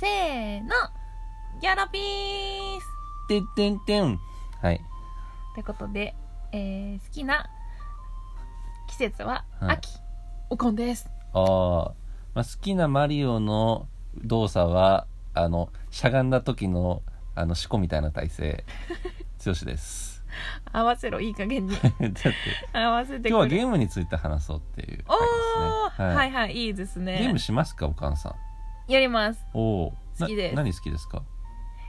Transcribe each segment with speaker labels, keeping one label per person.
Speaker 1: ーの、ギャラピース
Speaker 2: てってんてん。はい。
Speaker 1: ということで、えー好きな季節は
Speaker 2: はい
Speaker 1: 秋、おこんです。
Speaker 2: あーまあ、好きなマリオの動作は、あの、しゃがんだ時の、あの、しこみたいな体勢。剛です。
Speaker 1: 合わせろ、いい加減に。
Speaker 2: だって、
Speaker 1: 合わせてくれ。
Speaker 2: 今日はゲームについて話そうっていう
Speaker 1: お
Speaker 2: 回です
Speaker 1: ー、
Speaker 2: ね。。
Speaker 1: はい、はいいはいいいですね。
Speaker 2: ゲームしますか、おかんさん。
Speaker 1: やります。
Speaker 2: おお。
Speaker 1: 好
Speaker 2: な
Speaker 1: きです
Speaker 2: 何好きですか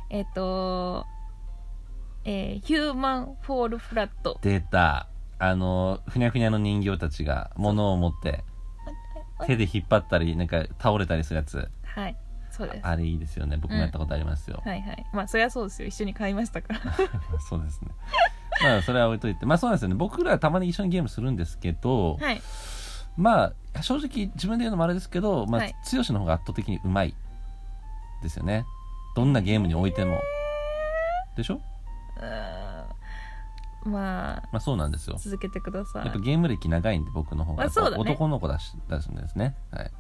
Speaker 1: えっ、とえーヒューマンフォールフラット。
Speaker 2: 出た。あの、ふにゃふにゃの人形たちが、物を持って、手で引っ張ったり、なんか倒れたりするやつ。
Speaker 1: はい、そうです。
Speaker 2: あれいいですよね。僕もやったことありますよ。
Speaker 1: はいはい。まあ、そりゃそうですよ。一緒に買いました から。
Speaker 2: そうですね。まあ、それは置いといて。まあ、そうなんですよね。僕らたまに一緒にゲームするんですけど、
Speaker 1: はい。
Speaker 2: まあ、正直自分で言うのもあれですけど、まあ、
Speaker 1: はい
Speaker 2: 剛の方が圧倒的にうまい。ですよね。どんなゲームにおいても。でしょ
Speaker 1: うーんまあ、
Speaker 2: まあ、そうなんですよ。
Speaker 1: 続けてくださ
Speaker 2: やっぱ
Speaker 1: い。
Speaker 2: ゲーム歴長いんで、僕の方が。
Speaker 1: まあそうだね
Speaker 2: 男の子だし、出すんですね。 はい。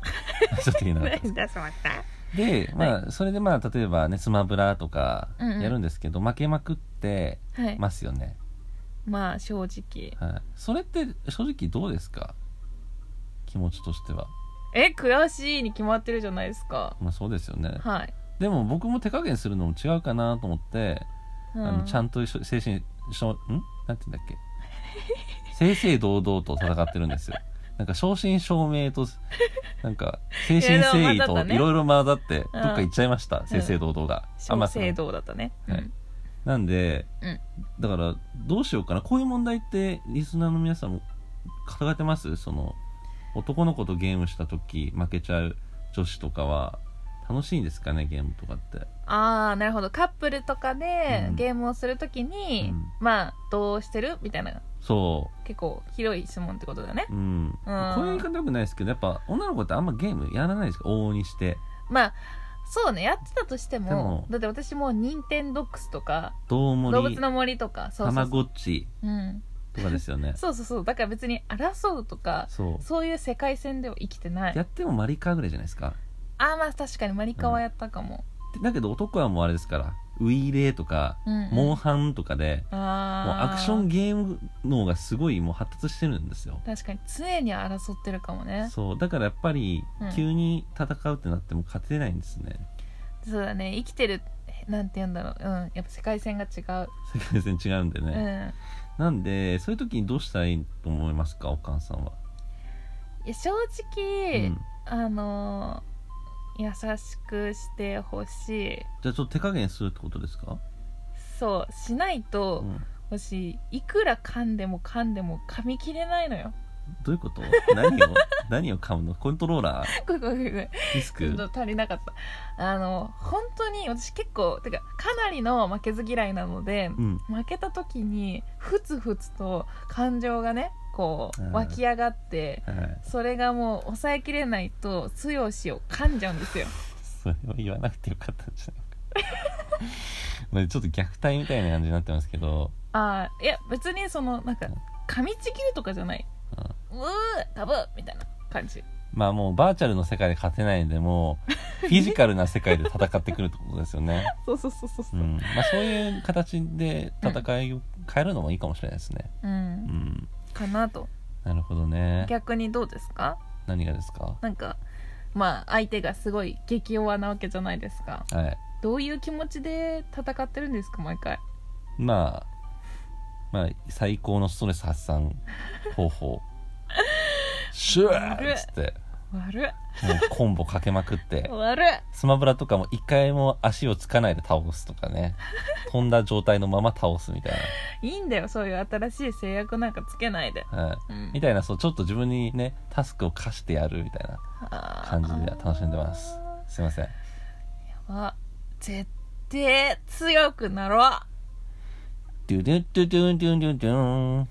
Speaker 2: ちょっと言い なかったです
Speaker 1: 何出しました
Speaker 2: で、まあ、それでまあ、例えばね、スマブラとか
Speaker 1: うんうん
Speaker 2: やるんですけど、負けまくって
Speaker 1: はい。
Speaker 2: ますよね。
Speaker 1: まあ、正直。
Speaker 2: はい。それって正直どうですか気持ちとしては。
Speaker 1: え、悔しいに決まってるじゃないですか。
Speaker 2: まあそうですよね。
Speaker 1: はい。
Speaker 2: でも僕も手加減するのも違うかなと思って、
Speaker 1: う
Speaker 2: あのちゃんと一緒精神、しょんなんて言うんだっけ 正々堂々と戦ってるんですよ。なんか正真正銘と、なんか精神誠
Speaker 1: い
Speaker 2: 意
Speaker 1: ろいろ混ざったね
Speaker 2: といろいろ混ざって、どっか行っちゃいました、正々堂々が。あま
Speaker 1: 小
Speaker 2: あその
Speaker 1: 生堂だったね。
Speaker 2: はい
Speaker 1: うん
Speaker 2: なんで、
Speaker 1: うん
Speaker 2: だからどうしようかなこういう問題ってリスナーの皆さんも抱えてますその男の子とゲームした時負けちゃう女子とかは楽しいんですかねゲームとかって
Speaker 1: ああ、なるほど。カップルとかで
Speaker 2: うん
Speaker 1: ゲームをするときに、
Speaker 2: うん
Speaker 1: まあ、どうしてるみたいな、
Speaker 2: そ
Speaker 1: 結構広い質問ってことだね。
Speaker 2: ううんこういう言い方よくないですけどやっぱ女の子ってあんまゲームやらないですか往々にして
Speaker 1: まあ、そうね、やってたとしても、
Speaker 2: でも
Speaker 1: だって私もう任天ドックスとか、
Speaker 2: どうも
Speaker 1: 動物
Speaker 2: り
Speaker 1: の森とか、そうそう
Speaker 2: たま
Speaker 1: そう。
Speaker 2: ごっち
Speaker 1: うん、
Speaker 2: とかですよね
Speaker 1: そうそうそう。だから別に争うとか、
Speaker 2: そう
Speaker 1: そういう世界線では生きてない。
Speaker 2: やってもマリカーぐらいじゃないですか
Speaker 1: ああ、まあ確かにマリカはやったかも。
Speaker 2: でだけど男はもうあれですからウイイレとか
Speaker 1: うん、うん。
Speaker 2: モンハンとかで
Speaker 1: あ
Speaker 2: もう
Speaker 1: あ。
Speaker 2: アクションゲーム脳がすごいもう発達してるんですよ
Speaker 1: 確かに常に争ってるかもね
Speaker 2: そうだからやっぱり
Speaker 1: うん
Speaker 2: 急に戦うってなっても勝てないんですね、
Speaker 1: そうだね生きてるなんて言うんだろううんやっぱ世界線が違う、
Speaker 2: 世界全然違うんでね、なんでそういう時にどうしたらいいと思いますかお母さんは、
Speaker 1: うんいや正
Speaker 2: うん、
Speaker 1: 直、
Speaker 2: じ
Speaker 1: あのー優しくしてほしい
Speaker 2: ゃあちょっと手加減するってことですか、
Speaker 1: そうしないうと、
Speaker 2: ん、
Speaker 1: もしいくら噛んでも噛んでも噛み切れないのよ
Speaker 2: どういうこと何を何を噛むのコントローラー
Speaker 1: ごめんごめんごめん
Speaker 2: ディス
Speaker 1: ちょ
Speaker 2: ク
Speaker 1: っと足りなかったあの本当に私結構てかかなりの負けず嫌いなので、
Speaker 2: うん
Speaker 1: 負けた時にふつふつと感情がねこ
Speaker 2: うん
Speaker 1: う湧き上がって
Speaker 2: はい
Speaker 1: それがもう抑えきれないと強しを噛んじゃうんですよ
Speaker 2: それを言わなくてよか ったんじゃないかまあちょっと虐待みたいな感じになってますけど
Speaker 1: ああいや別にそのなんか噛みちぎるとかじゃないうんうータブーみたいな感じ
Speaker 2: まあもうバーチャルの世界で勝てないんでもうフィジカルな世界で戦ってくるってことですよね、
Speaker 1: そうそうそうそう
Speaker 2: う
Speaker 1: そうん
Speaker 2: まあ、そういう形で戦いを変えるのもいいかもしれないですね
Speaker 1: う
Speaker 2: うんん
Speaker 1: かなと
Speaker 2: なるほどね
Speaker 1: 逆にどうですか
Speaker 2: 何がですか
Speaker 1: なんかまあ相手がすごい激弱なわけじゃないですか
Speaker 2: はい
Speaker 1: どういう気持ちで戦ってるんですか毎回
Speaker 2: まあまあ最高のストレス発散方法シューっつって
Speaker 1: 悪っ
Speaker 2: もうコンボかけまくって
Speaker 1: 悪っ
Speaker 2: スマブラとかも一回も足をつかないで倒すとかね飛んだ状態のまま倒すみたい
Speaker 1: いいんだよそういう新しい制約なんかつけないで、
Speaker 2: な、はい、
Speaker 1: うん
Speaker 2: みたいな、そう、ちょっと自分にね、タスクを課してやるみたいな。
Speaker 1: 感
Speaker 2: じで楽しんでますすいません。
Speaker 1: 絶対強くなろう
Speaker 2: ドゥドゥドゥドゥドゥドゥドゥーン。